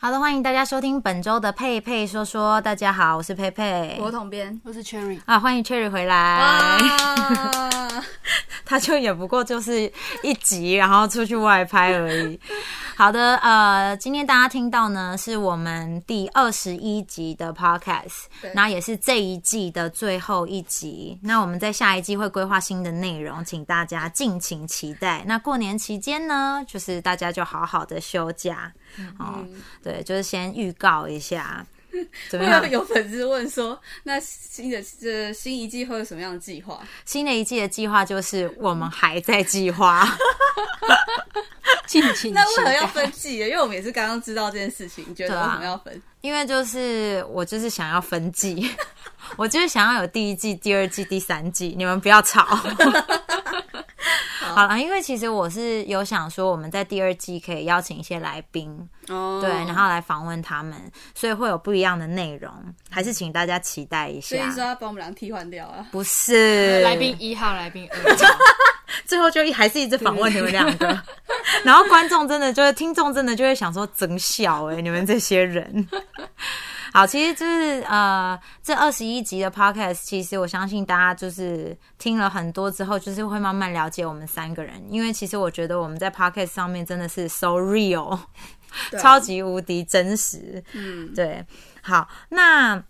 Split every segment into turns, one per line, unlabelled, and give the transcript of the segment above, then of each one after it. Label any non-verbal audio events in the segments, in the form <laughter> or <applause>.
欢迎大家收听本周的佩佩说说。大家好，我是佩佩。
我统编
我是 Cherry，
啊，欢迎 Cherry 回
哎
来。
啊， <laughs>
他就也不过就是一集，然后出去外拍而已。好的，呃，今天大家听到呢，是我们第二十一集的 podcast，
对
那也是这一季的最后一集。那我们在下一季会规划新的内容，请大家敬请期待。那过年期间呢，就是大家就好好的休假、
嗯
哦，对，就是先预告一
<laughs>
下，怎么
会
样
有？有粉丝问说，那新的这新一季会有什么样的计划？
新的一季的计划就是我们还在计划。
敬请
嗯
那为何
期待
要分季
啊
呢？因为我们也是刚刚知道这件事情，觉得
对
为
啊
什么要分？
因为就是我就是想要分季， <laughs> 我就是想要有第一季、第二季、第三季，你们不要
<laughs>
吵。好了，因为其实我是有想说，我们在第二季可以邀请一些来宾，
哦
对，然后来访问他们，所以会有不一样的内容，还是请大家期待一
所以
下。
说要把我们俩替换掉啊。
不是
<laughs> 来宾，一号、来宾二号，
最后就一还是一直访问你们两个， <laughs> 然后观众真的就是听众真的就会想说真笑哎、你们这些人。好，其实就是呃，这二十一集的 podcast，其实我相信大家就是听了很多之后，就是会慢慢了解我们三个人，因为其实我觉得我们在 podcast 上面真的是 so real，
对啊
超级无敌真实。
嗯，
对，好，那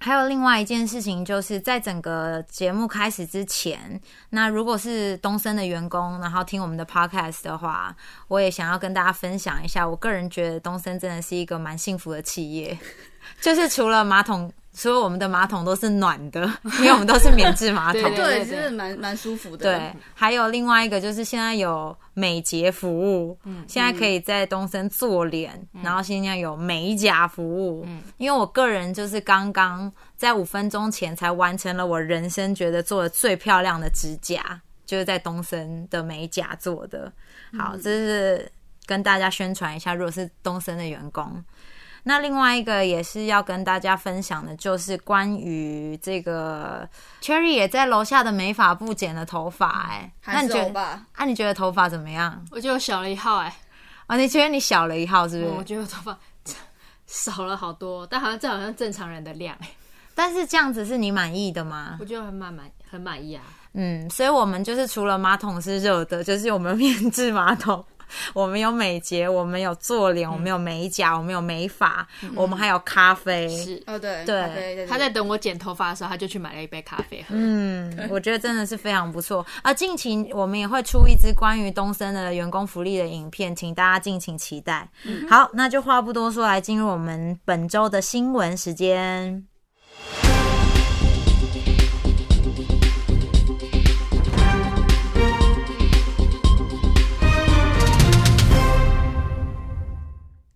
还有另外一件事情，就是在整个节目开始之前，那如果是东森的员工，然后听我们的 podcast 的话，我也想要跟大家分享一下，我个人觉得东森真的是一个蛮幸福的企业， <laughs> 就是除了马桶。除了我们的马桶都是暖的，因为我们都是免治马桶。
对
对，
对
其
对
实蛮蛮舒服的。
对，还有另外一个就是现在有美睫服务，现在可以在东森做脸，然后现在有美甲服务，因为我个人就是刚刚在五分钟前才完成了我人生觉得做的最漂亮的指甲，就是在东森的美甲做的。好，这是跟大家宣传一下，如果是东森的员工。那另外一个也是要跟大家分享的，就是关于这个 Cherry 也在楼下的美发部剪了头发、哎，那
还
你
是
觉
欧
得？
巴，
啊，你觉得头发怎么样？
<laughs> 我就小了一号哎、
啊，你觉得你小了一号是不是？
我觉得我头发 <laughs> 少了好多，但好像这好像正常人的量哎、
但是这样子是你满意的吗
我？觉得很满满很满意啊。
嗯，所以我们就是除了马桶是热的，就是我们免治马桶。 <laughs> 我们有美睫，我们有做
嗯
脸，我们有美甲，我们有美发，我们还有咖啡。
是，
哦对
对
咖啡
他在等我剪头发的时候，他就去买了一杯咖啡喝。
嗯，我觉得真的是非常不错啊！近期我们也会出一支关于东森的员工福利的影片，请大家敬请期待。好，那就话不多说，来进入我们本周的新闻时间。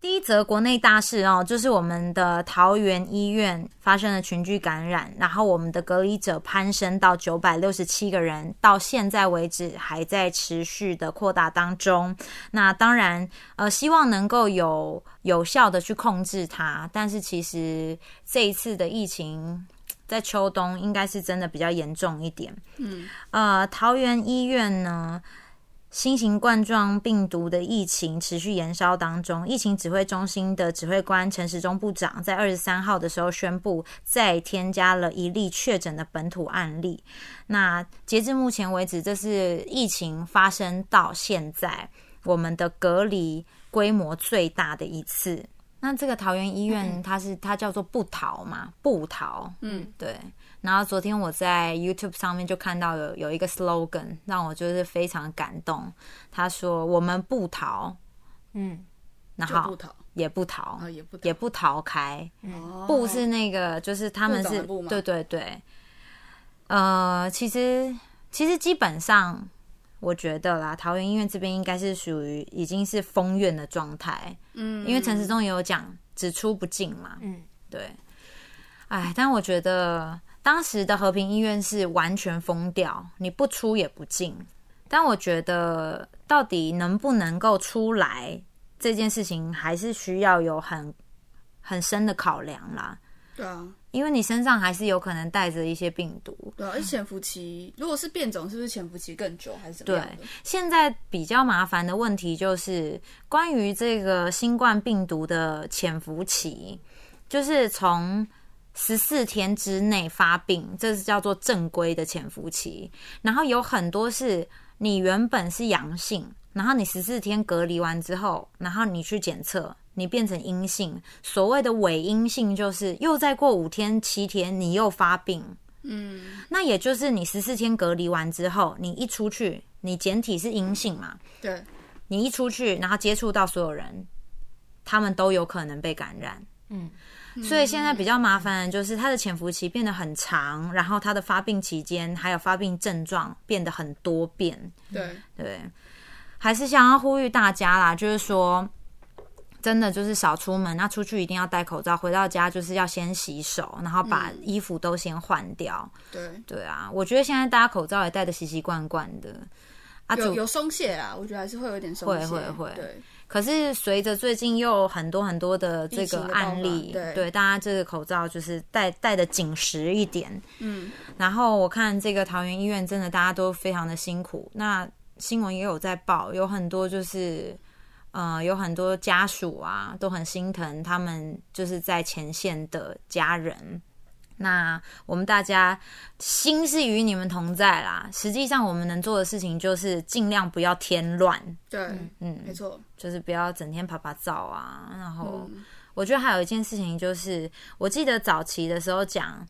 第一则国内大事哦，就是我们的桃园医院发生了群聚感染，然后我们的隔离者攀升到九百六十七个人，到现在为止还在持续的扩大当中。那当然，呃，希望能够有有效的去控制它，但是其实这一次的疫情。在秋冬应该是真的比较严重一点。嗯，呃，桃园医院呢，新型冠状病毒的疫情持续延烧当中，疫情指挥中心的指挥官陈时中部长在二十三号的时候宣布，再添加了一例确诊的本土案例。那截至目前为止，这是疫情发生到现在我们的隔离规模最大的一次。那这个桃园医院，它是它叫做布桃嘛，布桃，嗯，对。然后昨天我在 YouTube 上面就看到有有一个 slogan，让我就是非常感动。他说：“我们不逃，
嗯，
然
就不
后
逃
也不逃，
啊，也不逃
也不逃开。
哦
不是那个，就是他们
部长
是
的部吗
对对对。呃，其实其实基本上，我觉得啦，桃园医院这边应该是属于已经是封院的状态，
嗯
因为陈时中也有讲只出不进嘛，
嗯，
对。哎，但我觉得当时的和平医院是完全封掉，你不出也不进。但我觉得到底能不能够出来这件事情，还是需要有很很深的考量啦。
对啊，
因为你身上还是有可能带着一些病毒。
对啊，而且潜伏期如果是变种，是不是潜伏期更久还是怎么
对
样的？，
现在比较麻烦的问题就是关于这个新冠病毒的潜伏期，就是从十四天之内发病，这是叫做正规的潜伏期。然后有很多是你原本是阳性，然后你十四天隔离完之后，然后你去检测。你变成阴性，所谓的伪阴性就是又再过五天七天，你又发病，
嗯，
那也就是你十四天隔离完之后，你一出去，你检体是阴性嘛？
对，
你一出去，然后接触到所有人，他们都有可能被感染。
嗯，
所以现在比较麻烦的就是它的潜伏期变得很长，然后它的发病期间还有发病症状变得很多变。
对，
对，还是想要呼吁大家啦，就是说，真的就是少出门，那出去一定要戴口罩，回到家就是要先洗手，然后把衣服都先换掉。
对，
对啊，我觉得现在大家口罩也戴的习习惯惯的，啊，
有
就
有松懈啦，我觉得还是会有点松
会
懈，
会会
对，
可是随着最近又有很多很多的这
疫情
个
的爆发
案例，
对
大家这个口罩就是戴戴的紧实一点。
嗯，
然后我看这个桃园医院真的大家都非常的辛苦，那新闻也有在报，有很多就是。呃，有很多家属啊，都很心疼他们就是在前线的家人。那我们大家心是与你们同在啦。实际上，我们能做的事情就是尽量不要添乱，
对，
嗯
没，错，
就是不要整天拍拍照啊。然后，
嗯
我觉得还有一件事情就是，我记得早期的时候讲，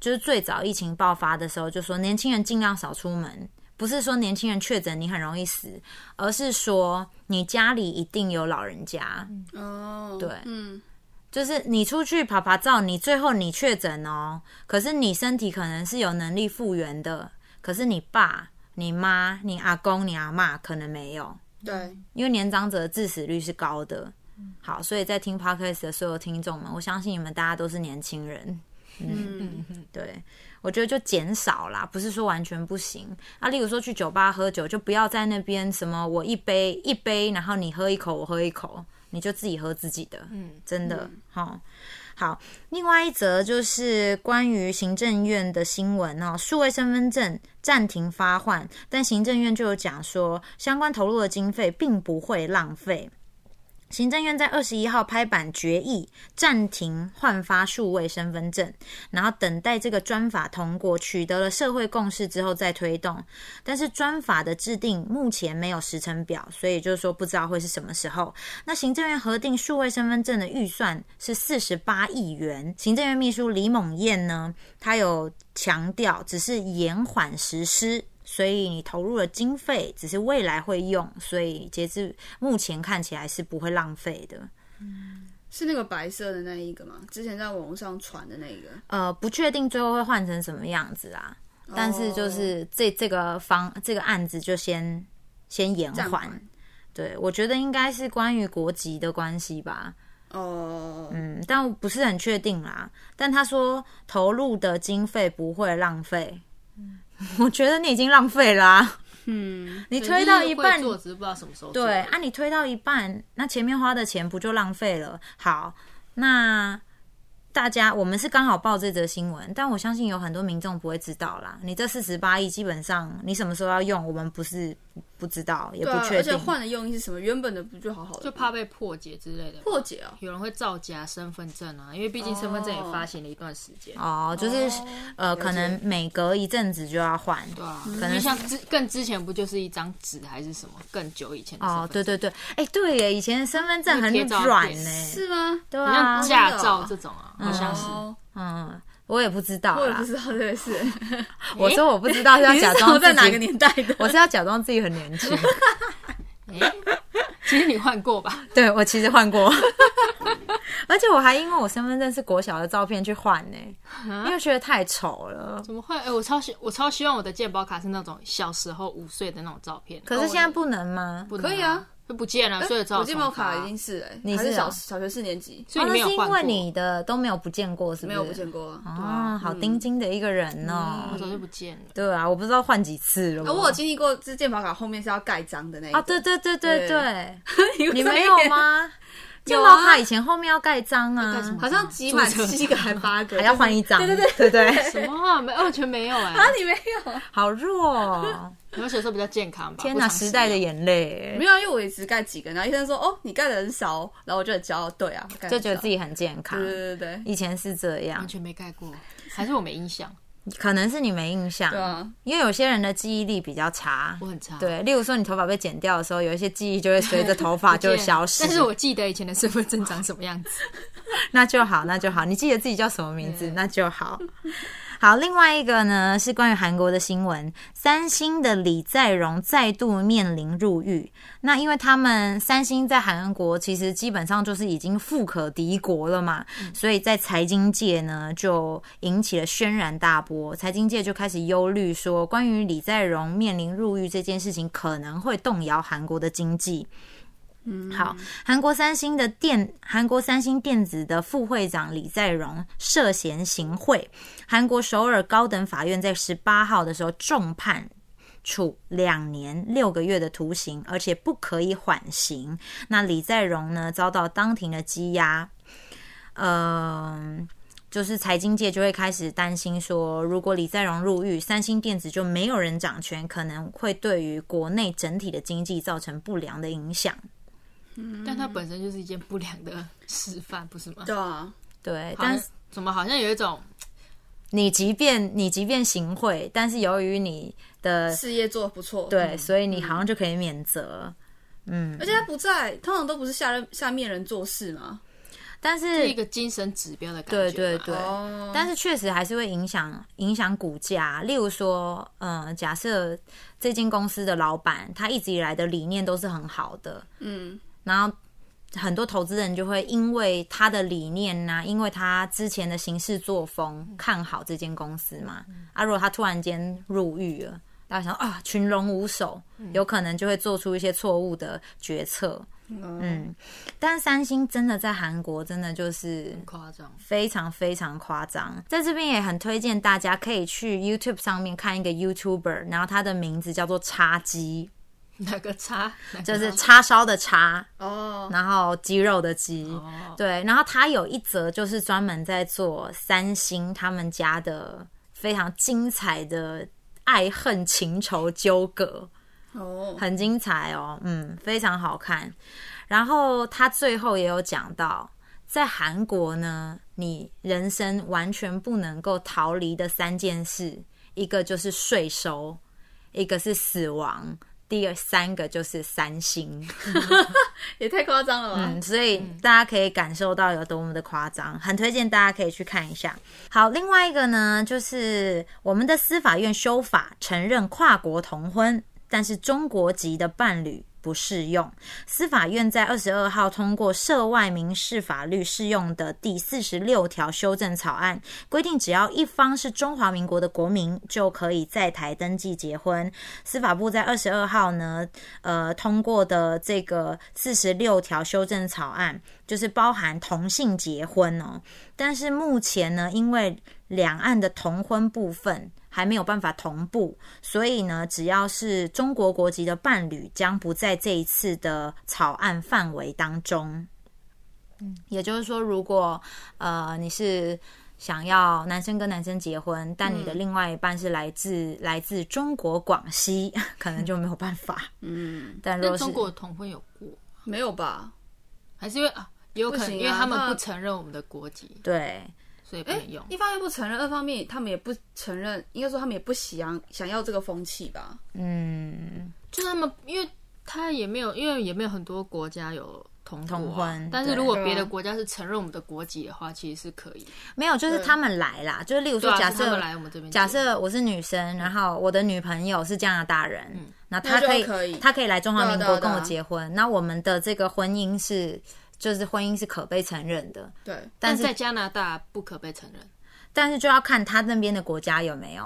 就是最早疫情爆发的时候，就说年轻人尽量少出门，不是说年轻人确诊你很容易死，而是说你家里一定有老人家，
哦，
对
嗯，
就是你出去爬爬照，你最后你确诊哦，可是你身体可能是有能力复原的，可是你爸、你妈、你阿公、你阿嬷可能没有，
对，
因为年长者的致死率是高的。好，所以在听 podcast 的所有听众们，我相信你们大家都是年轻人。
嗯，
对，我觉得就减少啦，不是说完全不行。啊，例如说去酒吧喝酒，就不要在那边什么我一杯一杯，然后你喝一口，我喝一口，你就自己喝自己的。
嗯，
真的哈、齁好，另外一则就是关于行政院的新闻哦，数位身份证暂停发换，但行政院就有讲说，相关投入的经费并不会浪费。行政院在二十一号拍板决议暂停换发数位身份证，然后等待这个专法通过，取得了社会共识之后再推动。但是专法的制定目前没有时程表，所以也就是说不知道会是什么时候。那行政院核定数位身份证的预算是四十八亿元。行政院秘书李猛燕呢，他有强调，只是延缓实施。所以你投入了经费，只是未来会用，所以截至目前看起来是不会浪费的。
是那个白色的那一个吗？之前在网络上传的那个，
呃，不确定最后会换成什么样子啊，但是
哦
就是这这个方这个案子就先先延
暂
缓。
缓，
对，我觉得应该是关于国籍的关系吧。
哦，
嗯，但我不是很确定啦。但他说投入的经费不会浪费，嗯 <laughs> 我觉得你已经浪费啦、
嗯，
你推到一半
就是会，做只是不知道什么时候做
对啊，你推到一半，那前面花的钱不就浪费了？好，那大家我们是刚好报这则新闻，但我相信有很多民众不会知道啦。你这四十八亿基本上你什么时候要用，我们不是不知道，也
对
不
啊，
确
而且
定。
换的用意是什么？原本的不就好好的吗，
就怕被破解之类的。
破解哦，
有人会造假身份证啊，因为毕竟身份证也发行了一段时间。
哦，就是、呃，可能每隔一阵子就要换。
对啊，
可能
因为像之更之前不就是一张纸还是什么更久以前的身份
哦，对
证
对对，哎，对耶，以前的身份证很
贴照
软
片
呢，
是吗？
对
很
啊
像，
假
驾照这种啊，好像是。
哦，
嗯，我也不知道
我也不
啦，
知道这
<laughs>
个事，
我说我不知道是要
你
啊假
是
装
我在
自
哪
己，
个年代的？
我是要假装自己很年轻，嗯
诶 <laughs> 其实你换过吧？
<laughs> 对我其实换过，而且我还因为我身份证是国小的照片去换呢，因为觉得太丑了。
怎么会？哎、我超希我超希望我的健保卡是那种小时候五岁的那种照片，哦
可是现在不能吗？
不能
可以啊，
就不见
呃
了，
哎
<laughs> 所以只好
我健保卡
重发
已经是哎，
你
还
是
是小
啊
小学四年级，
所以你
哦那
没
是
有
因
换过。
为你的都没有不见过，是不是？
没有不见过啊。
哦，好钉钉的一个人哦。
我早就不见了。
对啊，我不知道换几次了。哦
啊，我有经历过，就是健保卡后面是要盖章的那一个
啊啊，对对对对对，
你
你
为什么
没有吗？健保卡以前后面要盖章啊，
盖什么
好像集满
注册
七个还八个，
<laughs> 还要换一张，对对对
什么啊？没，完全没有
啊
哎！，
你没有？
<laughs> 好弱、哦！
你们学说比较健康吧？
天
不哦
哪，
常啊吃
时代的眼泪
没，有，因为我也只盖几个，然后医生说哦，你盖的很少哦，然后我就很骄傲，对啊，
就觉得自
己
己很健康
对。对对对
以前是这样
完，全没盖过，还是我没印象，
可能是你没印象，
对啊，
因为有些人的记忆力比较差
我。很差。
对，例如说你头发被剪掉的时候，有一些记忆就会随着头发啊就消失。
但是我记得以前的身份证长什么样子。
那就好，那就好。你记得自己叫什么名字，那就好。好，另外一个呢是关于韩国的新闻，三星的李在镕再度面临入狱。那因为他们三星在韩国其实基本上就是已经富可敌国了嘛，所以在财经界呢就引起了轩然大波，财经界就开始忧虑说，关于李在镕面临入狱这件事情可能会动摇韩国的经济。好，韩国三星的电，韩国三星电子的副会长李在镕涉嫌行贿，韩国首尔高等法院在十八号的时候重判。处两年六个月的徒刑，而且不可以缓刑。那李在镕呢，遭到当庭的羁押，嗯、就是财经界就会开始担心说，如果李在镕入狱，三星电子就没有人掌权，可能会对于国内整体的经济造成不良的影响。嗯
但它本身就是一件不良的示范，不是吗？
对啊，
对，
好像，
但是
怎么好像有一种
你即便你即便行贿，但是由于你的
事业做的不错，
对，
嗯
所以你好像就可以免责。嗯，
而且他不在，通常都不是下任下面人做事嘛。
但
是一
是
个精神指标的感觉
对
吧？
对对，
哦，
但是确实还是会影响影响股价。例如说，嗯，假设这间公司的老板他一直以来的理念都是很好的，
嗯，
然后很多投资人就会因为他的理念呐、因为他之前的行事作风看好这间公司嘛。啊，如果他突然间入狱了，大家想啊，群龙无首，有可能就会做出一些错误的决策。
嗯，
嗯，但三星真的在韩国真的就是
很夸张。 <laughs>
非常非常夸张，在这边也很推荐大家可以去 YouTube 上面看一个 YouTuber，然后他的名字叫做叉鸡，
哪个差？哪个
就是叉烧的叉， <laughs>
哦，
然后肌肉的肌。
哦，
对，然后他有一则就是专门在做三星他们家的非常精彩的爱恨情仇纠葛，
哦，
很精彩哦，嗯，非常好看。然后他最后也有讲到，在韩国呢，你人生完全不能够逃离的三件事，一个就是税收，一个是死亡，第二三个就是三星。
也太夸张了吧？
嗯，所以大家可以感受到有多么的夸张，很推荐大家可以去看一下。好，另外一个呢，就是我们的司法院修法承认跨国同婚，但是中国籍的伴侣。不适用。司法院在二十二号通过涉外民事法律适用的第四十六条修正草案，规定只要一方是中华民国的国民，就可以在台登记结婚。司法部在二十二号呢，呃通过的这个四十六条修正草案，就是包含同性结婚哦。但是目前呢，因为两岸的同婚部分还没有办法同步，所以呢，只要是中国国籍的伴侣，将不在这一次的草案范围当中。也就是说，如果呃你是想要男生跟男生结婚，但你的另外一半是来自、来自中国广西， <laughs> 可能就没有办法。
嗯，
但如
那
果是
中国同婚有过，
没有吧？
还是因为啊，也有可
不
能
行啊
因为他们
那
不承认我们的国籍，
对
所以不
哎
能用，。
嗯
一方面不承认，二方面他们也不承认，应该说他们也不想想要这个风气吧？
嗯，
就是他们，因为他也没有，因为也没有很多国家有同过啊
同婚
但是
对
如果
对啊
别的国家是承认我们的国籍的话，其实是可以。
没有，就是他们来啦，就是例如
对
说，
啊，
假
是他
设、
们来我们这边结，
假设我是女生，然后我的女朋友是加拿大人，那她
那就
可以
可以
她可以来中华民
对
国
啊对啊
跟我
对啊
结婚，那我们的这个婚姻是就是婚姻是可被承认的，
对，
但
但
是
在加拿大不可被承认。
但是就要看他那边的国家有没有，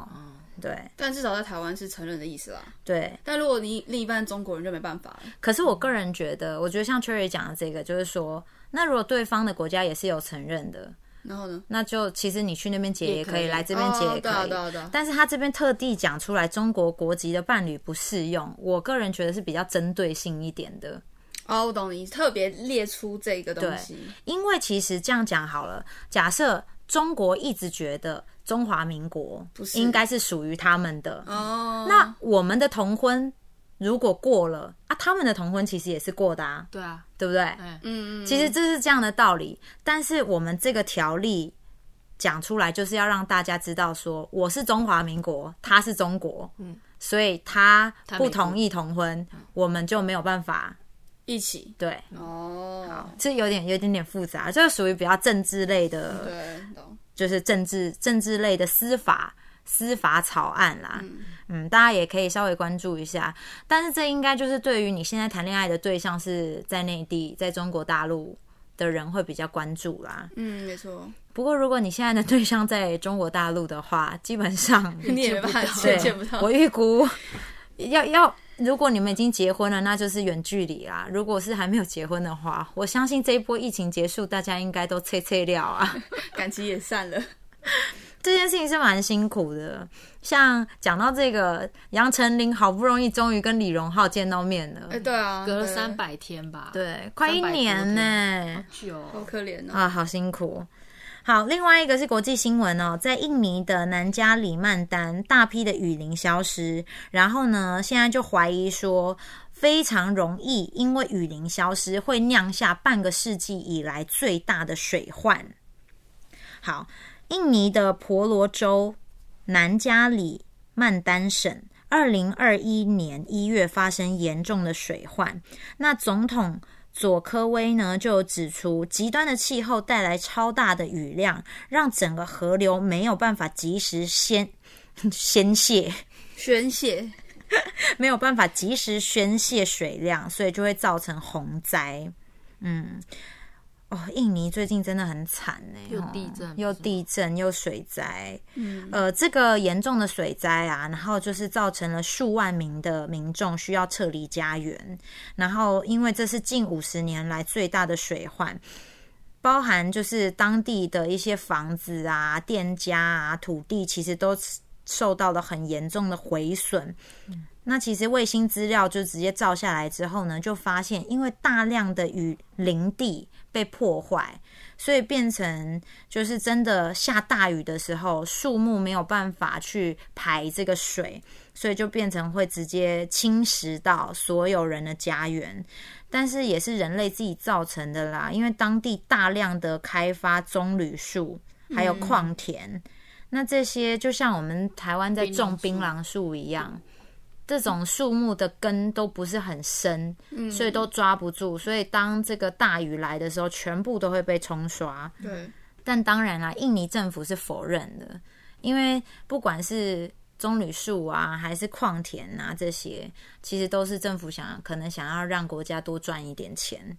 对
但至少在台湾是承认的意思啦。
对。
但如果你另一半中国人就没办法了。
可是我个人觉得，我觉得像 Cherry 讲的这个，就是说，那如果对方的国家也是有承认的，
然后呢？
那就其实你去那边结
也
也可
可
以，
以
来这边结
哦
也
对
可
啊
以
对。啊对啊
但是他这边特地讲出来，中国国籍的伴侣不适用，我个人觉得是比较针对性一点的。
哦，我懂你，特别列出这个东西，
因为其实这样讲好了，假设中国一直觉得中华民国
不是
应该是属于他们的，
哦，
嗯那我们的同婚如果过了啊，他们的同婚其实也是过的啊，
对啊，
对不对？
嗯，
嗯，嗯
其实这是这样的道理，但是我们这个条例讲出来，就是要让大家知道说，我是中华民国，他是中国，嗯，所以他
他没
不同意同婚，我们就没有办法。
一起
对，
哦，
这有点有一点点复杂，这个属于比较政治类的，
嗯对，懂，
就是政治政治类的司法司法草案啦。嗯大家也可以稍微关注一下。但是这应该就是对于你现在谈恋爱的对象是在内地，在中国大陆的人会比较关注啦。
嗯，没错，
不过，如果你现在的对象在中国大陆的话，基本上
<laughs> 你也没办法
对
见见不到，
我预估要 <laughs> 要，如果你们已经结婚了，那就是远距离啦；如果是还没有结婚的话，我相信这一波疫情结束，大家应该都脆脆料啊。 <laughs>
感情也散了，
嗯这件事情是蛮辛苦的。像讲到这个，杨丞琳好不容易终于跟李荣浩见到面了，
哎，对啊，
隔了
对
三，百天吧，，
对，快一
300多
年
天
呢、
久，
好可怜哦，
啊，好辛苦。好，另外一个是国际新闻哦，在印尼的南加里曼丹，大批的雨林消失，然后呢，现在就怀疑说，非常容易因为雨林消失会酿下半个世纪以来最大的水患。好，印尼的婆罗洲南加里曼丹省。二零二一年一月发生严重的水患，那总统佐科威呢就有指出，极端的气候带来超大的雨量，让整个河流没有办法及时宣 <laughs> 宣泄，
宣泄，
没有办法及时宣泄水量，所以就会造成洪灾。嗯，哦，印尼最近真的很惨呢、
又
哦
地震
又地震，又水灾。嗯，呃，这个严重的水灾啊，然后就是造成了数万名的民众需要撤离家园，然后因为这是近五十年来最大的水患。包含就是当地的一些房子啊、店家啊、土地，其实都受到了很严重的毁损。那其实卫星资料就直接照下来之后呢，就发现因为大量的雨林地被破坏，所以变成就是真的下大雨的时候，树木没有办法去排这个水，所以就变成会直接侵蚀到所有人的家园。但是也是人类自己造成的啦，因为当地大量的开发棕榈树，还有矿田，那这些就像我们台湾在种
槟
槟
榔
榔树一样。这种树木的根都不是很深，
嗯
所以都抓不住。所以当这个大雨来的时候，全部都会被冲刷。
对，
但当然啦，印尼政府是否认的，因为不管是棕榈树啊，还是矿田啊，这些其实都是政府想可能想要让国家多赚一点钱，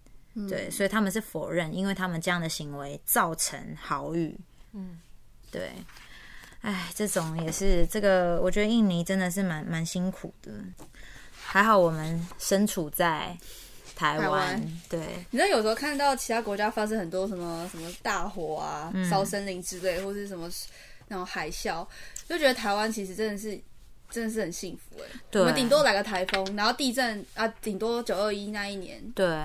对，所以他们是否认，因为他们这样的行为造成豪雨，
嗯，
对。哎，这种也是这个，我觉得印尼真的是蛮蛮辛苦的。还好我们身处在台
台
湾
湾，
对，
你知道有时候看到其他国家发生很多什么什么大火啊、
嗯
烧、森林之类，或是什么那种海啸，就觉得台湾其实真的是真的是很幸福哎、
对
我们顶多来个台风，然后地震啊，顶多九二一那一年，
对，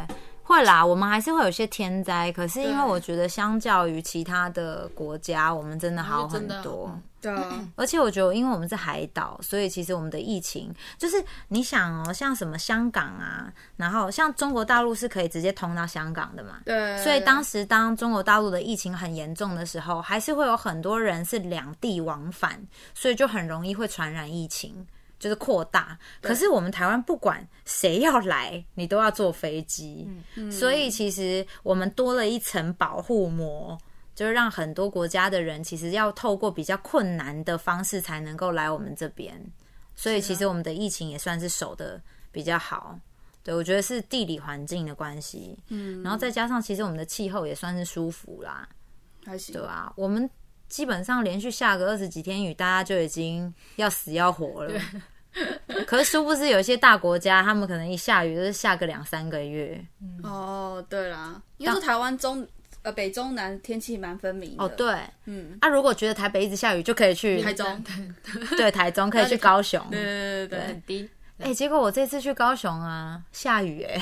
会啦，我们还是会有一些天灾，可是因为
对
我觉得相较于其他的国家，我们真的好
我们
很
真的
多。
嗯
对啊，
而且我觉得，因为我们是海岛，所以其实我们的疫情就是你想哦，像什么香港啊，然后像中国大陆是可以直接通到香港的嘛。
对，
所以当时当中国大陆的疫情很严重的时候，还是会有很多人是两地往返，所以就很容易会传染疫情，就是扩大。可是我们台湾不管谁要来，你都要坐飞机，所以其实我们多了一层保护膜。就是让很多国家的人其实要透过比较困难的方式才能够来我们这边，所以其实我们的疫情也算是守的比较好。对，我觉得是地理环境的关系，嗯，然后再加上其实我们的气候也算是舒服啦，
还行
对，吧、我们基本上连续下个二十几天雨，大家就已经要死要活了。 <laughs> 可是殊不知，有一些大国家，他们可能一下雨就是下个两三个月。
哦，对啦，因为说台湾中呃北中南天气蛮分明的，
哦，，对，
嗯，
啊，如果觉得台北一直下雨，就可以去
台中，
<laughs> 对台中，可以去高雄。
对对对对对，
很低， <laughs>
哎、结果我这次去高雄啊，下雨哎、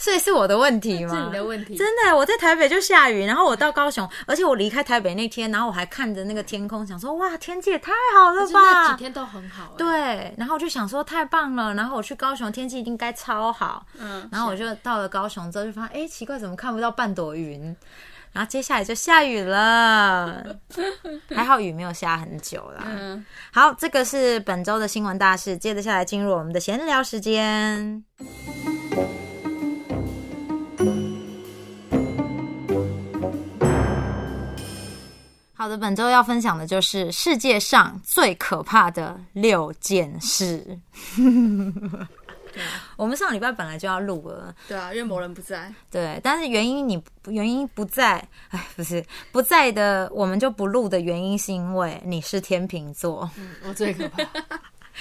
所以是我的问题吗？
是你的问题。
真的，我在台北就下雨，然后我到高雄，而且我离开台北那天，然后我还看着那个天空，想说哇，天气也太好了
就那
吧
几。天都很好、欸，，
对，然后我就想说太棒了，然后我去高雄天气一定该超好，
嗯，
然后我就到了高雄之后就发现，哎、奇怪，怎么看不到半朵云？然后接下来就下雨
<laughs>
了，还好雨没有下很久啦。
嗯，
好，这个是本周的新闻大事，接着下来进入我们的闲聊时间。好的，本周要分享的就是世界上最可怕的六件事。
啊
<laughs> 我们上礼拜本来就要录了，
对啊，因为某人不
嗯
在，
对，但是原因你原因不在，哎，不是不在的，我们就不录的原因是因为你是天秤座。
嗯，我最可怕，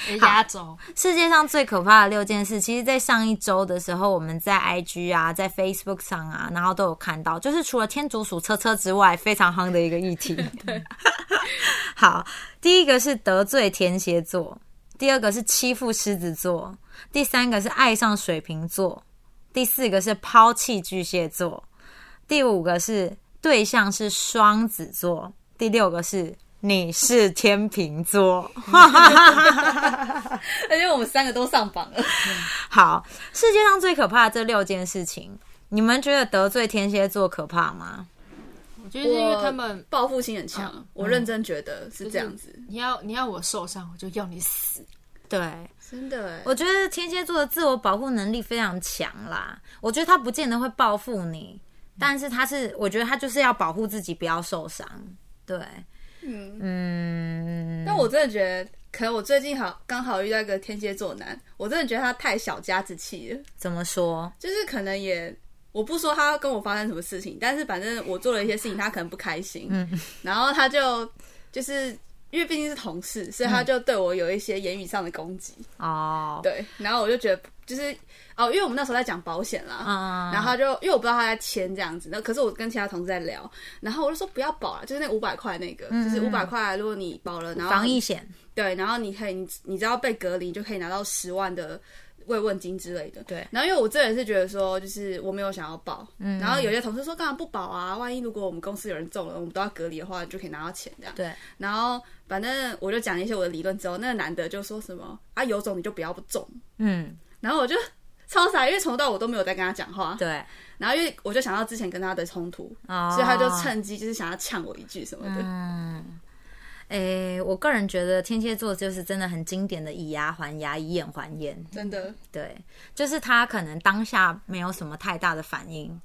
人压轴，
世界上最可怕的六件事，其实，在上一周的时候，我们在 IG 啊，在 Facebook 上啊，然后都有看到，就是除了天竺鼠车车之外，非常夯的一个议题。 <laughs> 好，第一个是得罪天蝎座，第二个是欺负狮子座，第三个是爱上水瓶座，第四个是抛弃巨蟹座，第五个是对象是双子座，第六个是你是天秤座。
而且我们三个都上榜了，
好，世界上最可怕的这六件事情，你们觉得得罪天蝎座可怕吗？
我觉得是因为他们
报复心很
嗯
强，我认真觉得是这样子，
你要你要我受伤，我就要你死。
对，
真的哎，
我觉得天蝎座的自我保护能力非常强啦。我觉得他不见得会报复你，但是他是，我觉得他就是要保护自己不要受伤。对，
嗯，
嗯，
但我真的觉得，可能我最近好刚好遇到一个天蝎座男，我真的觉得他太小家子气了，
怎么说？
就是可能也。我不说他跟我发生什么事情，但是反正我做了一些事情，他可能不开心，嗯，然后他就就是因为毕竟是同事，所以他就对我有一些言语上的攻击，
哦，
对，然后我就觉得就是哦，因为我们那时候在讲保险啦，
嗯，
然后他就因为我不知道他在签这样子，那可是我跟其他同事在聊，然后我就说不要保了，就是那五百块那个，就是五百块，如果你保了，然
嗯
后
防疫险，
对，然后你可以你你只要被隔离，你就可以拿到十万的慰问金之类的。
对
然后因为我这人是觉得说，就是我没有想要保，嗯，然后有些同事说干嘛不保啊？万一如果我们公司有人中了，我们都要隔离的话，就可以拿到钱这样。
对，
然后反正我就讲一些我的理论之后，那个男的就说什么啊有种你就不要中，
嗯，
然后我就超傻，因为从头到尾我都没有在跟他讲话，
对，
然后因为我就想到之前跟他的冲突，
哦，
所以他就趁机就是想要呛我一句什么的，
嗯，诶、我个人觉得天蝎座就是真的很经典的以牙还牙，以眼还眼。
真的，
对，就是他可能当下没有什么太大的反应，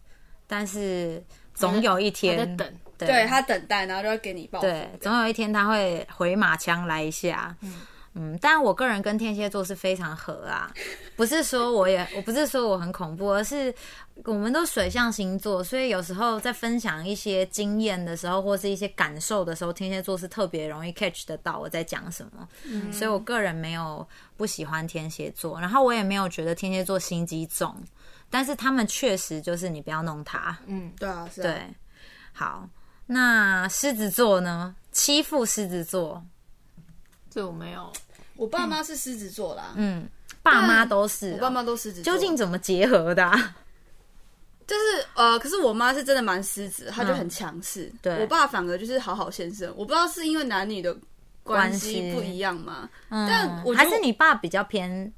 但是总有一
还在
天，
等，
对
对他等待，然后就要给你报复，
对，总有一天他会回马枪来一下。嗯但我个人跟天蝎座是非常合
<laughs>
啊，不是说我也，我不是说我很恐怖，而是我们都水象星座，所以有时候在分享一些经验的时候，或是一些感受的时候，天蝎座是特别容易 catch 得到我在讲什么。
嗯
所以我个人没有不喜欢天蝎座，然后我也没有觉得天蝎座心机重，但是他们确实就是你不要弄他。
嗯，
对啊，是啊，
对，好，那狮子座呢？欺负狮子座，
这我没有，
我爸妈是狮子座啦，
嗯，爸妈都是哦、
我爸妈都狮子座，
究竟怎么结合的啊、
就是呃，可是我妈是真的蛮狮子，她就很强势、
嗯对
我爸反而就是好好先生，我不知道是因为男女的关
关
系
系
不一样嘛，
嗯
<laughs> 但我觉
还
得
是你爸比较偏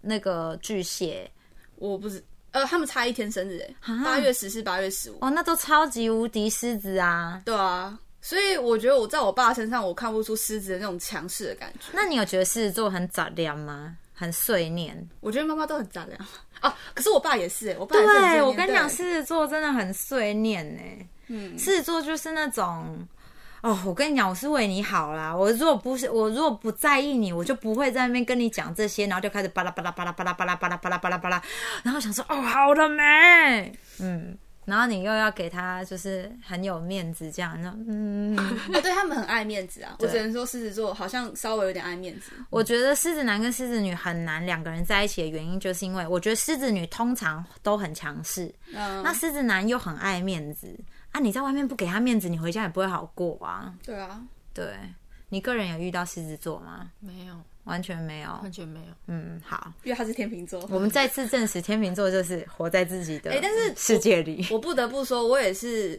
那个巨蟹
我不知呃，他们差一天生日哎、
啊
八月十四、八月十五，
哦，那都超级无敌狮子啊。
对啊，所以我觉得我在我爸身上我看不出狮子的那种强势的感觉，
那你有觉得狮子座很杂粮吗？很碎念？
我觉得妈妈都很杂粮啊，可是我爸也是哎、我爸也是很碎
对，
念
我跟你讲，
对
狮子座真的很碎念呢、
嗯，
狮子座就是那种，哦，我跟你讲，我是为你好啦。我如果不是，我如果不在意你，我就不会在那边跟你讲这些，然后就开始巴拉巴拉巴拉巴拉巴拉巴拉巴拉巴拉巴拉，然后想说，哦，好了没？嗯，然后你又要给他就是很有面子这样，那嗯，
哦，对他们很爱面子啊，我只能说狮子座好像稍微有点爱面子，
我觉得狮子男跟狮子女很难两个人在一起的原因，就是因为我觉得狮子女通常都很强势，
嗯，
那狮子男又很爱面子啊，你在外面不给他面子，你回家也不会好过啊。
对啊，
对，你个人有遇到狮子座吗？
没有，
完全没有。
完全没有。
嗯，好，
因为他是天秤座。
我们再次证实天秤座就是活在自己的
哎但是
世界里。
我不得不说，我也是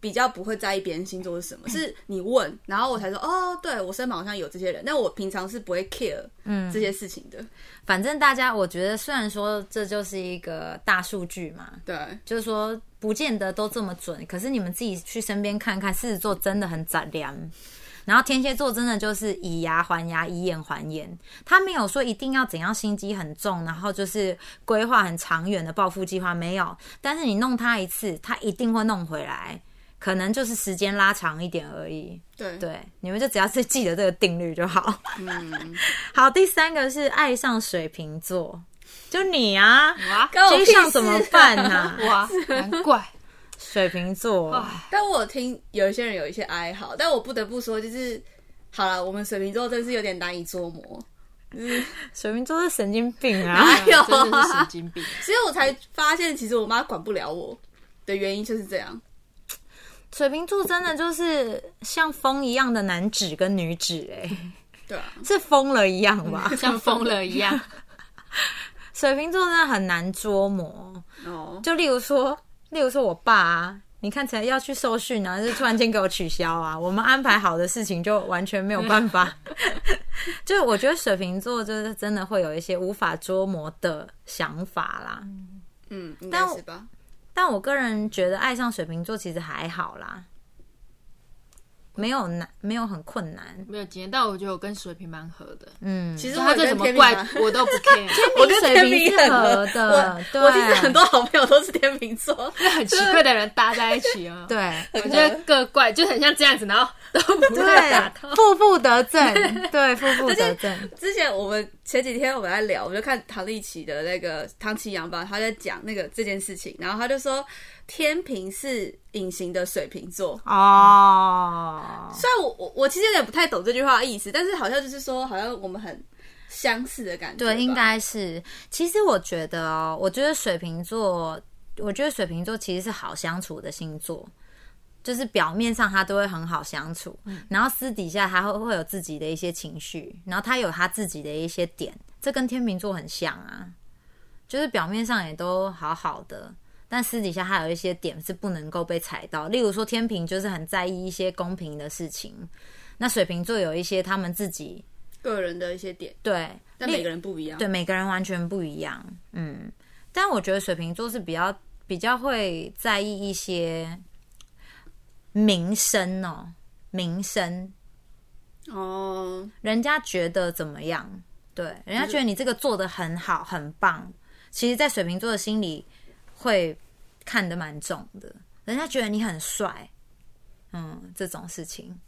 比较不会在意别人星座是什么，是你问，然后我才说哦，对我身旁好像有这些人，但我平常是不会 care 嗯这些事情的。
反正大家，我觉得虽然说这就是一个大数据嘛，
对，
就是说不见得都这么准，可是你们自己去身边看看，狮子座真的很斩凉。然后天蝎座真的就是以牙还牙，以眼还眼。他没有说一定要怎样心机很重，然后就是规划很长远的暴富计划没有。但是你弄他一次，他一定会弄回来，可能就是时间拉长一点而已。
对
对，你们就只要是记得这个定律就好。嗯，好，第三个是爱上水瓶座，就你啊，
哇
关我
追
屁
上怎么
事啊
办呢、啊？
哇， <laughs> 难怪，
水瓶座，
哎，
但我有听有一些人有一些哀嚎，但我不得不说，就是好了，我们水瓶座真是有点难以捉摸，
水瓶座是神经病
<laughs>
啊！
哎呦
真的是神经病。
所以我才发现，其实我妈管不了我的原因就是这样。
水瓶座真的就是像风一样的男子跟女子、哎，
对啊，
是疯了一样吧？
像疯了一样，
水瓶座真的很难捉摸。
哦，
就例如说，例如说我爸啊，你看起来要去受训啊，就突然间给我取消啊，我们安排好的事情就完全没有办法。就是我觉得水瓶座就是真的会有一些无法捉摸的想法啦。
嗯，应
但
该
我
是吧。
但我个人觉得爱上水瓶座其实还好啦，没有难，没有很困难。
没有经验，但我觉得我跟水瓶蛮合的。
嗯，
其实
他
我
再
跟
怎么
天秤
怪
蛮
我都不 care，
我跟天
水瓶
秤
是
很
合
合
的
<laughs> 我我其实
对
很多好朋友都是天秤座，
很奇怪的人搭在一起啊。，
对
我觉得各怪就很像这样子，然后都不会打到
对，负负得正，对，负负得正。
之前我们前几天我们在聊，我就看唐立奇的那个《唐奇阳吧》，他在讲那个这件事情，然后他就说天平是隐形的水瓶座。
哦，
虽然我我我其实有点不太懂这句话的意思，但是好像就是说，好像我们很相似的感觉吧。
对，应该是。其实我觉得哦，我觉得水瓶座，我觉得水瓶座其实是好相处的星座，就是表面上他都会很好相处，
嗯
然后私底下他会会有自己的一些情绪，然后他有他自己的一些点，这跟天秤座很像啊，就是表面上也都好好的。但私底下他有一些点是不能够被踩到，例如说天平就是很在意一些公平的事情，那水瓶座有一些他们自己
个人的一些点，
对，
但每个人不一样。
对，每个人完全不一样。嗯，但我觉得水瓶座是比较比较会在意一些名声哦，名声，
哦，
人家觉得怎么样？对，人家觉得你这个做的很好，很棒。其实，在水瓶座的心里会看得蛮重的，人家觉得你很帅，嗯，这种事情。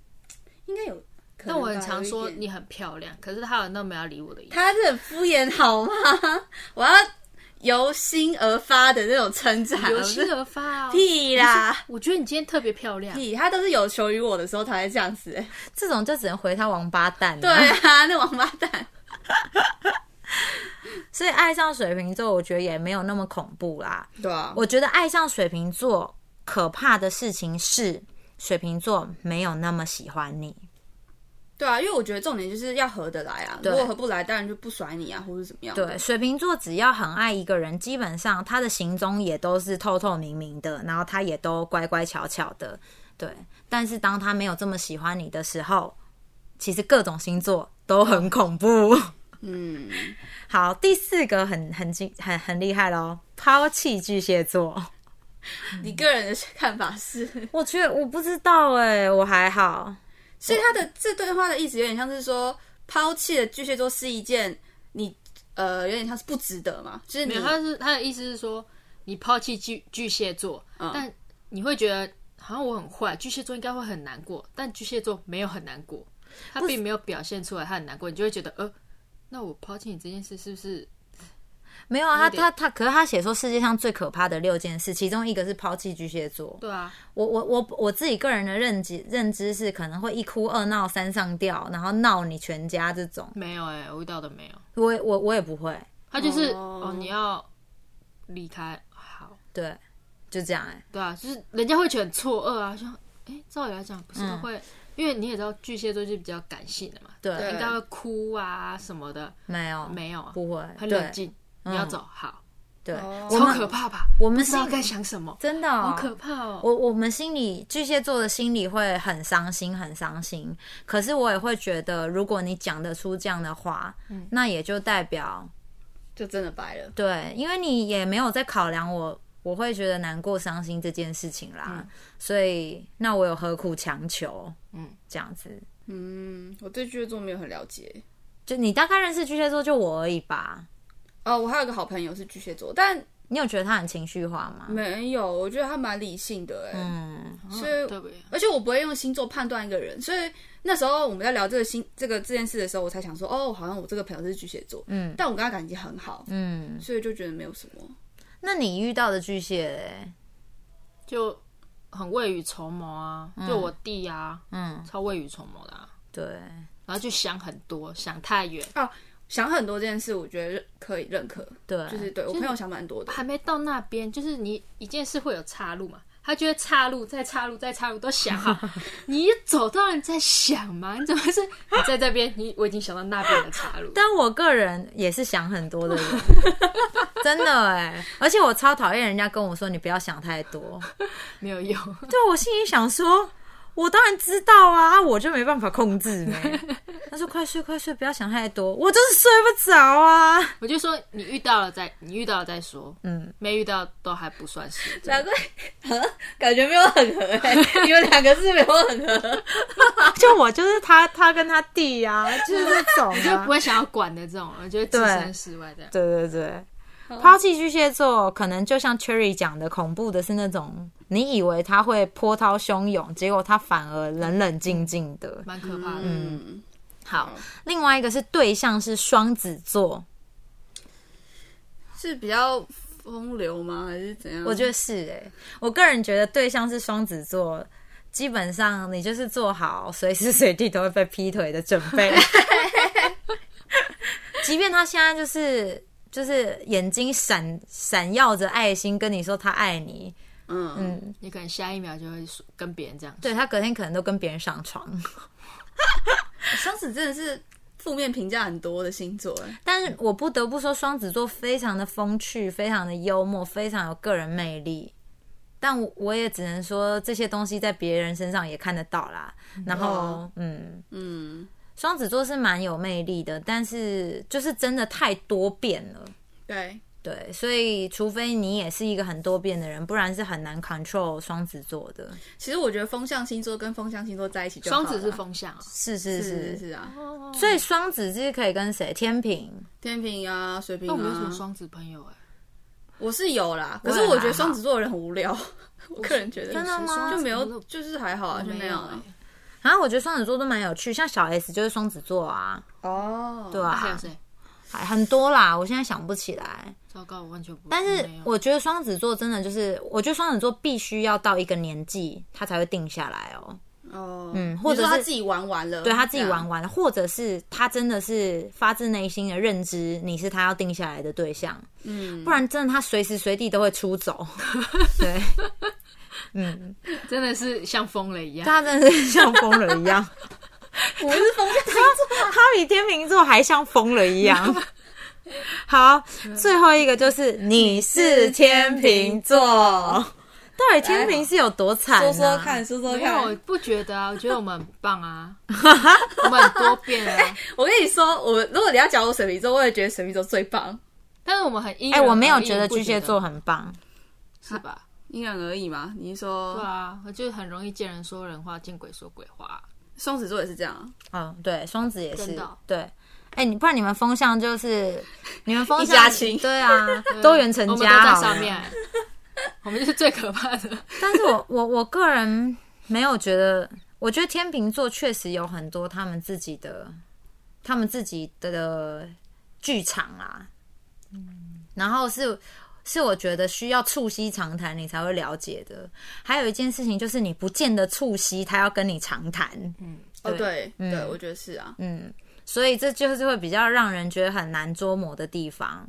应该有。可能
但我很
吧
常
有
说
一点
你很漂亮，可是他好像都没有理我的意思。
他是很敷衍好吗？我要由心而发的那种称赞，
由心而发、哦，
屁啦！
我觉得你今天特别漂亮，
屁，他都是有求于我的时候才会这样子、欸。
这种就只能回他王八蛋、啊。
对啊，那王八蛋。
所以爱上水瓶座，我觉得也没有那么恐怖啦。
对啊，
我觉得爱上水瓶座可怕的事情是，水瓶座没有那么喜欢你。
对啊，因为我觉得重点就是要合得来啊。
对
如果合不来，当然就不甩你啊，或者怎么样。
对，，水瓶座只要很爱一个人，基本上他的行踪也都是透透明明的，然后他也都乖乖巧巧的。对，但是当他没有这么喜欢你的时候，其实各种星座都很恐怖。 <laughs>
嗯，
好，第四个很很精很很厉害喽，抛弃巨蟹座。
你个人的看法是，
我觉得我不知道哎、我还好。
<laughs> 所以他的这段话的意思有点像是说，抛弃了巨蟹座是一件你呃有点像是不值得嘛，就是
没
你
有，他是他的意思是说，你抛弃巨巨蟹座，
嗯
但你会觉得好像我很坏，巨蟹座应该会很难过，但巨蟹座没有很难过，他并没有表现出来他很难过，你就会觉得呃，那我抛弃你这件事是不是
没有啊，他
有点
他他，可是他写说世界上最可怕的六件事，其中一个是抛弃巨蟹座。
对啊？
我我我我自己个人的认知认知是，可能会一哭二闹三上吊，然后闹你全家这种。
没有哎、我遇到的没有，
我也我我也不会，
他就是
哦
哦你要离开，好，
对，就这样哎、
对啊，就是人家会觉得很错愕啊，像哎、照理来讲不是都会因为你也知道巨蟹座就是比较感性的嘛，
嗯对，
应该会哭啊什么的，
没有，
没有啊，
不会，
很
对
冷，静，你要走好，
对，
哦
我
超可
们
怕吧？
我们
不知道
是
该想什么，
真的
好
哦
可怕哦。
我我们心里巨蟹座的心里会很伤心，很伤心。可是我也会觉得，如果你讲得出这样的话，
嗯
那也就代表
就真的掰了。
对，因为你也没有在考量我，我会觉得难过、伤心这件事情啦。
嗯
所以，那我有何苦强求？嗯
嗯，
这样子，
嗯，我对巨蟹座没有很了解。
就你大概认识巨蟹座就我而已吧。
哦，我还有个好朋友是巨蟹座，但
你有觉得他很情绪化吗？
没有，我觉得他蛮理性的哎、
嗯，
所以
嗯对不对？
而且我不会用星座判断一个人，所以那时候我们在聊这个星这个这件事的时候，我才想说，哦，好像我这个朋友是巨蟹座，
嗯
但我跟他感情很好，
嗯。
所以就觉得没有什么。
那你遇到的巨蟹嘞？
就很未雨绸缪啊，就我弟啊，
嗯，
超未雨绸缪的、啊，
对，
然后就想很多，想太远，
想很多这件事，我觉得可以认可，
对，
嗯就是对我朋友想蛮多的，
还没到那边，就是你一件事会有岔路嘛。他就会岔路，再岔路，再岔路，都
<laughs>
想好。你一走到你在想嘛？你怎么是你在这边？你我已经想到那边的岔路。
但我个人也是想很多的
<laughs>
人，真的哎、而且我超讨厌人家跟我说你不要想太多。
没有用，
对啊我心里想说，我当然知道啊，啊我就没办法控制呢。他说快睡快睡，不要想太多，我就是睡不着啊。
我就说你遇到了再，你遇到了再说，
嗯，
没遇到都还不算是。
难怪感觉没有很合哎、 <laughs> 你们两个是没有很合，
<laughs> 就我就是他，他跟他弟啊，就是这种、
你就不会想要管的这种，我觉得置身事外这样。
对对对。
哦
抛弃巨蟹座，可能就像 Cherry 讲的，恐怖的是那种你以为他会波涛汹涌，结果他反而冷冷静静的。
蛮可怕的。
嗯，
好，另外一个是对象是双子座，
是比较风流吗？还是怎样？
我觉得是哎、我个人觉得对象是双子座，基本上你就是做好随时随地都会被劈腿的准备， <laughs> 即便他现在就是就是眼睛闪闪耀着爱心跟你说他爱你，
嗯嗯，
你可能下一秒就会说跟别人这样说。
对他隔天可能都跟别人上床，
双子真的是负面评价很多的星座哎、
但是我不得不说双子座非常的风趣，非常的幽默，非常有个人魅力。但我我也只能说这些东西在别人身上也看得到啦。然后
哦，
嗯，
嗯。
双子座是蛮有魅力的，但是就是真的太多变了。
对，
对，所以除非你也是一个很多变的人，不然是很难 control 双子座的。
其实我觉得风象星座跟风象星座在一起就好了
双子是风象啊，
是是
是
是，
是是啊，
所以双子是可以跟谁？天平，
天平啊，水瓶
那我没有什
嗯
么
啊，
双子朋友哎、
我是有啦，可
也
是我
还
觉得双
好
子座的人很无聊，我个人觉得
真的吗
就没有
我，
就是还好啊，就
没
那
有欸
样啊。
啊，我觉得双子座都蛮有趣，像小 S 就是双子座啊，
哦，
对
啊，
啊，
那还有谁？
还很多啦，我现在想不起来。
糟糕，我完全不。
但是
没有
我觉得双子座真的就是，我觉得双子座必须要到一个年纪，他才会定下来哦。
哦，
嗯
你
或者
说他
是
自己玩完了，
对啊他自己
这样
玩，完了，或者是他真的是发自内心的认知你是他要定下来的对象，
嗯，
不然真的他随时随地都会出 <laughs> 走。对，嗯，
真的是像疯了一
<laughs>
样，
他真的是像疯了一 <laughs> 样，
不是风象星座，
他比天秤座还像疯了一 <laughs> 样。好，最后一个就是你是天秤座，嗯到底天秤是有多惨、啊？
说说看，说说
没有，我
看。
不觉
<laughs>
得啊，我觉得我们很棒啊，我们很多变啊，
我跟你说，我如果你要讲我水瓶座，我也觉得水瓶座最棒，
但是我们很因
哎、
人
我没有
而异
觉得
你不
巨蟹座很棒，
是吧？
因人而异嘛。你是
对
说
啊，我就很容易见人说人话，见鬼说鬼话。
双子座也是这样啊，
嗯，对，双子也是
真的哦，
对，哎、你不然你们风向就是你们风
一
向
家亲
对啊，
<laughs>
多元成
我们
家
都在
好了 <laughs>
上面，我们就是最可怕的。
但是我我我个人没有觉得，我觉得天秤座确实有很多他们自己的他们自己的剧场啊，嗯，然后是。是我觉得需要促膝长谈你才会了解的。还有一件事情就是你不见得促膝，他要跟你长谈，
哦，
对
对
嗯
对，我觉得是啊，
嗯，所以这就是会比较让人觉得很难捉摸的地方。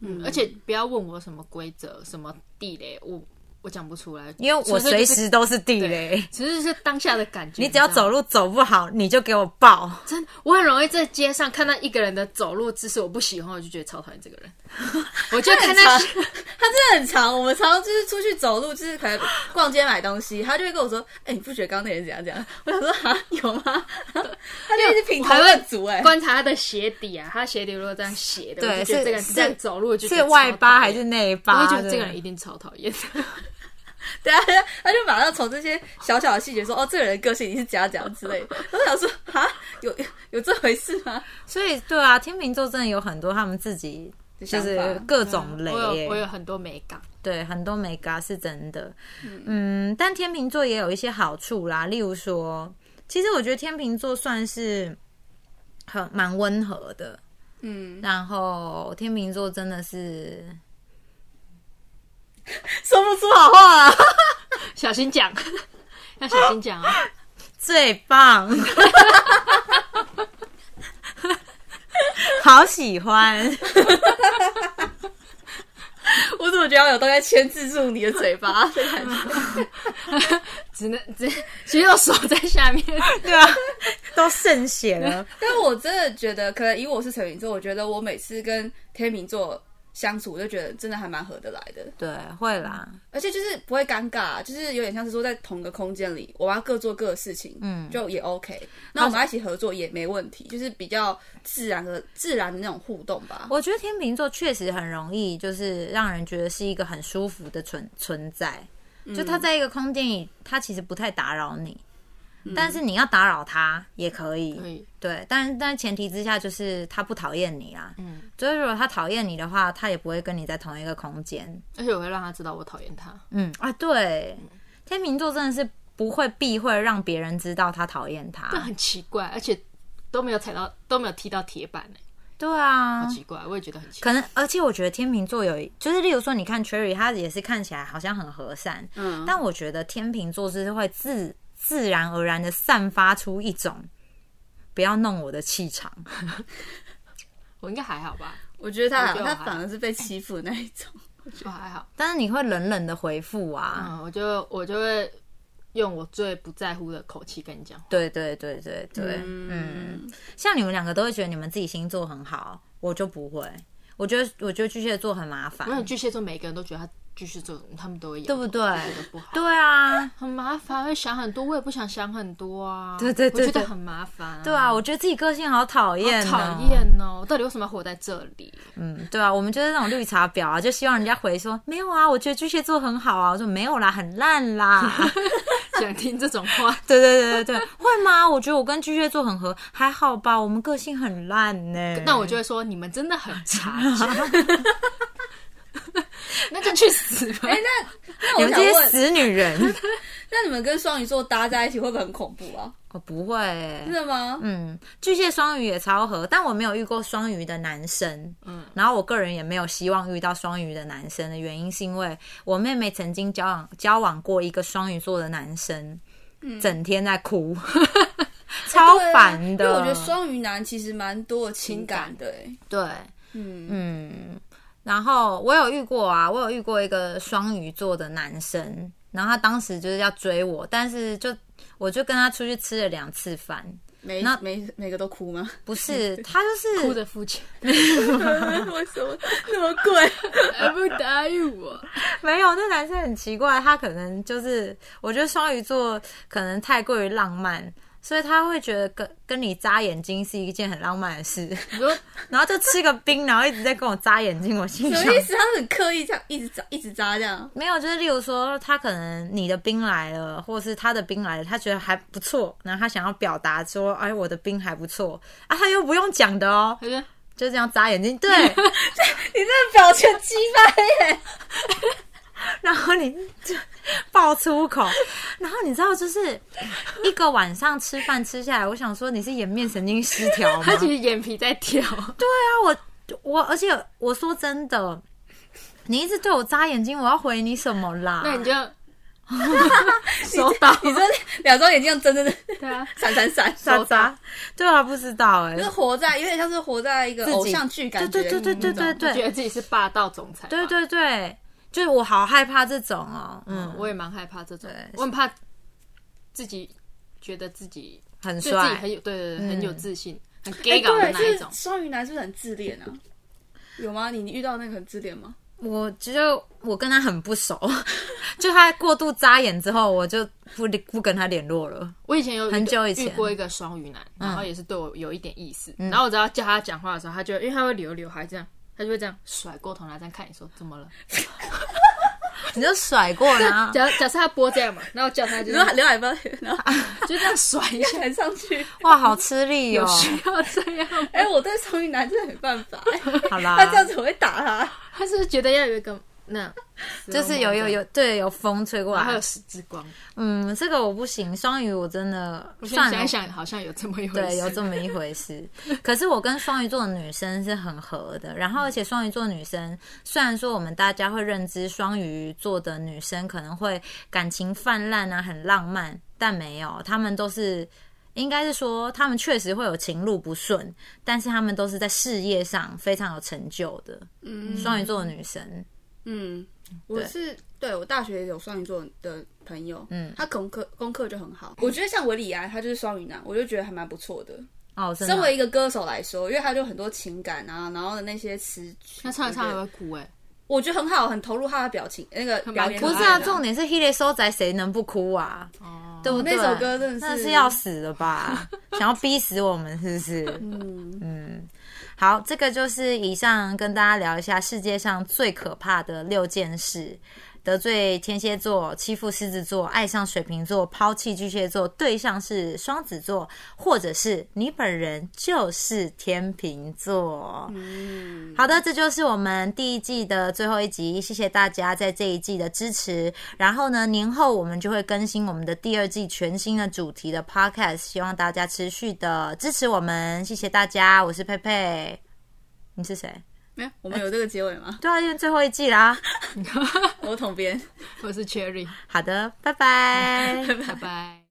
嗯
而且不要问我什么规则、什么地雷，我我讲不出来，
因为我
纯
随
粹就是
时都是地雷。
其实是当下的感觉。
你只要
知道吗
走路走不好，你就给我爆。
真，我很容易在街上看到一个人的走路姿势我不喜欢，我就觉得超讨厌这个
<laughs>
人。我就看他
很 <laughs> 他真的很长，我们常常就是出去走路，就是可能逛街买东西，他就会跟我说：“哎、你不觉得刚刚那人怎样怎样？”我想说：“啊，有吗？” <laughs> 他 <laughs> 就一直品头论足、哎，
观察他的鞋底啊，他鞋底如果这样斜的，
对
我就觉得
是
这个人
是
这样走路我就觉得
是外
超讨厌
八还是内
我
八？
会觉得这个
对
人一定超讨厌。
对啊， <laughs> 他就马上从这些小小的细节说：“哦，这个人个性你是怎样怎样之类的。”我想说：“啊，有有这回事吗
所以对啊，天秤座真的有很多他们自己就
想法
是各种雷、
嗯啊我
耶
有我有很多美感，
嗯对，很多美嘎是真的。嗯，但天秤座也有一些好处啦，例如说，其实我觉得天秤座算是很蛮温和的，？”
嗯，
然后天秤座真的是
说不出好话啊。
小心讲， <laughs> 要小心讲啊！
最棒， <laughs> 好喜欢。
我怎么觉得有东西在牵制住你的嘴巴？啊这感 <laughs> 觉
只能只只有手在下 <laughs> 面，
对啊，都渗血了。
但我真的觉得，可能以我是水瓶座，我觉得我每次跟天秤座相处，我就觉得真的还蛮合得来的，
对，会啦，
而且就是不会尴尬，就是有点像是说在同个空间里，我们要各做各的事情，
嗯
就也 OK。那我们要一起合作也没问题，就是比较自然的、自然的那种互动吧。
我觉得天秤座确实很容易，就是让人觉得是一个很舒服的存存在。就他在一个空间里，他其实不太打扰你，但是你要打扰他也嗯可以。
可以
对，但但前提之下就是他不讨厌你啦。
嗯，
所以如果他讨厌你的话，他也不会跟你在同一个空间。
而且我会让他知道我讨厌他。
嗯啊，对，天秤座真的是不会避讳让别人知道他讨厌他。
但很奇怪，而且都没有踩到，都没有踢到铁板呢、
对啊，
奇怪，我也觉得很奇
可
怪。
能，而且我觉得天秤座有一，就是例如说，你看 Cherry，她也是看起来好像很和善，
嗯，
但我觉得天秤座是会自自然而然的散发出一种不要弄我的气场。
我应该还好吧，
我觉得他好像
我觉得
他
我还
反而是被欺负的那一种，
我还好。
但是你会冷冷的回复啊，
嗯，我就我就会用我最不在乎的口气跟你讲。
对对对对对，嗯，像你们两个都会觉得你们自己星座很好，我就不会，我觉得我觉得巨蟹座很麻
因为
烦，
巨蟹座每个人都觉得他巨蟹座，他们都会
对
对
不对
觉得不好，
对啊，
很麻烦，会想很多，我也不想想很多啊。
对对对
我觉
对
得很麻烦、啊。
对啊，我觉得自己个性好讨厌、哦，
讨厌哦！我到底为什么要活在这里？
嗯，对啊，我们就是那种绿茶婊啊，就希望人家回说没有啊，我觉得巨蟹座很好啊，我说没有啦，很烂
<laughs>
啦，
想听这种
<laughs>
话
对对对对对，会吗？我觉得我跟巨蟹座很合，还好吧，我们个性很烂呢、<laughs>
那我就会说你们真的很差劲，那就去死吧！
哎、那那
你
我
们
想
这些
问，
死女
<laughs>
人，
那你们跟双鱼座搭在一起会不会很恐怖啊？
我哦不会、
真的吗？
嗯，巨蟹双鱼也超合，但我没有遇过双鱼的男生。嗯
嗯，
然后我个人也没有希望遇到双鱼的男生的原因，是因为我妹妹曾经交往交往过一个双鱼座的男生，
嗯
整天在
<laughs>
哭，超
对啊
烦的。
因为我觉得双鱼男其实蛮多的情感的、哎，
对，
嗯
嗯，然后我有遇过啊，我有遇过一个双鱼座的男生，然后他当时就是要追我，但是就我就跟他出去吃了两次饭，
每
那
每每个都哭吗？
不
<laughs>
是他就是
哭的肤浅，
为什么 <laughs> 那么贵？
不答应我。
<laughs> 没有，那男生很奇怪，他可能就是，我觉得双鱼座可能太过于浪漫，所以他会觉得跟跟你眨眼睛是一件很浪漫的事， <laughs>
你说
然后就吃个冰，然后一直在跟我眨眼睛，我心
什
想
么意思？他很刻意这样一直扎一直扎这样，
没有，就是例如说他可能你的冰来了，或是他的冰来了，他觉得还不错，然后他想要表达说，哎，我的冰还不错啊，他又不用讲的哦，
他说
就这样眨眼睛，对，
你那个表情击败耶！
然后你就 <laughs> 爆粗口，然后你知道，就是一个晚上吃饭吃下来，我想说你是颜面神经失调吗？
他其
对
实眼皮在跳，
啊，我我而且我说真的，你一直对我眨眼睛，我要回你什么啦？
那你就收到。
你说两双眼睛这样真的
对啊，
闪闪闪，
眨眨，对啊，不知道哎、
就是活在有点像是活在一个
自己
偶像剧感觉，
对对对对对对
就觉得自己是霸道总裁吧。
对对对，就是我好害怕这种哦，嗯，
我也蛮害怕这种
对，
我很怕自己觉得自己
很
对自己
帅，
很有对对对，
嗯
很有自信，很
哎
gay 搞的
对，
那一
是
种。
双鱼男是不是很自恋啊？有吗？你你遇到那个很自恋吗？
我觉得我跟他很不熟， <laughs> 就他过度扎眼之后，我就不不跟他联络了。
我以前嗯有遇
很久以前
遇过一个双鱼男，然后也是对我有一点意思，然后我只要叫他讲话的时候，他就因为他会留刘海这样，他就会这样甩过头来这样看你说怎么了。，
你就甩过啦 <laughs>
假假设他播这样嘛，然后叫他
你
就是 <laughs>
说刘海不要，然后
就这样甩一下，
弹上去。
哇，好吃力哦
有。需要这样 <laughs> 吗？
哎、我对双鱼男真的没办法、
好
他这
啦，
样子我会打他。
他是不是觉得要有一个那，
就是有有，有对有风吹过
然后还
来
有，十字光。
嗯，这个我不行，双鱼我真的
我现在
算了
想一。想，好像有这么一回事。
对，有这么一回事。 <laughs> 可是我跟双鱼座的女生是很合的，然后而且双鱼座女生，虽然说我们大家会认知双鱼座的女生可能会感情泛滥啊，很浪漫，但没有，她们都是。应该是说，她们确实会有情路不顺，但是她们都是在事业上非常有成就的。
嗯
双鱼座的女生，
嗯，我是对我大学有双鱼座的朋友，嗯，他功课功课就很好。我觉得像韦礼安，他就是双鱼男，我就觉得还蛮不错的。
哦，真的
身为一个歌手来说，因为他就很多情感啊，然后的那些词曲，
他唱着唱
我觉
着
得
会哭哎，
我觉得很好，很投入他的表情，那个
蛮
表演
可
不
爱
很
是
的
啊，重点是《h i l e 收宅》，谁能不哭啊？
哦，
对不对？啊
那首歌真的是
是要死了 <laughs> 吧？想要逼死我们是不是？
嗯，
嗯，好，这个就是以上跟大家聊一下世界上最可怕的六件事：得罪天蝎座、欺负狮子座、爱上水瓶座、抛弃巨蟹座，对象是双子座，或者是你本人就是天秤座。
嗯
好的，这就是我们第一季的最后一集，谢谢大家在这一季的支持。然后呢，年后我们就会更新我们的第二季全新的主题的 podcast，希望大家持续的支持我们，谢谢大家。我是佩佩，你是谁？
没有，我们有这个结尾吗？
对啊，因为最后一季啦。
我统编。
我是 Cherry，
好的，拜拜。
拜拜。